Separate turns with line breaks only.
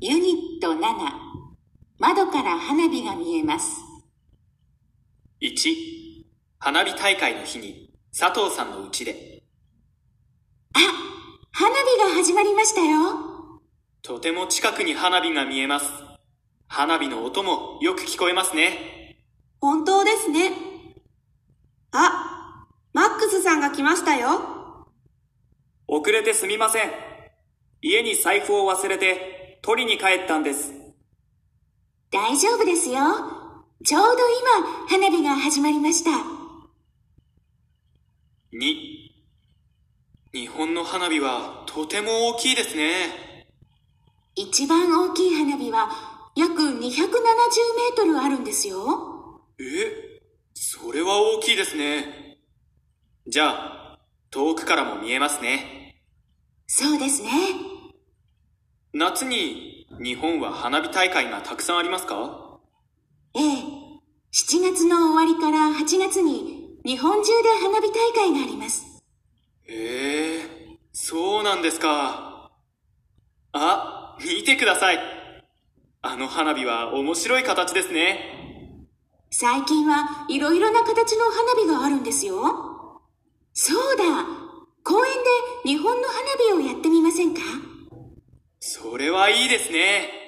ユニット7窓から花火が見えます
1花火大会の日に佐藤さんの家で
あ花火が始まりましたよ
とても近くに花火が見えます花火の音もよく聞こえますね
本当ですね。あ、マックスさんが来ましたよ。
遅れてすみません家に財布を忘れて取りに帰ったんです
大丈夫ですよちょうど今花火が始まりました
2日本の花火はとても大きいですね
一番大きい花火は約270メートルあるんですよ
えそれは大きいですねじゃあ遠くからも見えますね
そうですね
夏に日本は花火大会がたくさんありますか
ええ7月の終わりから8月に日本中で花火大会があります
ええそうなんですかあ見てくださいあの花火は面白い形ですね
最近はいろいろな形の花火があるんですよそうだ公園で日本の花火をやってみませんか
それはいいですね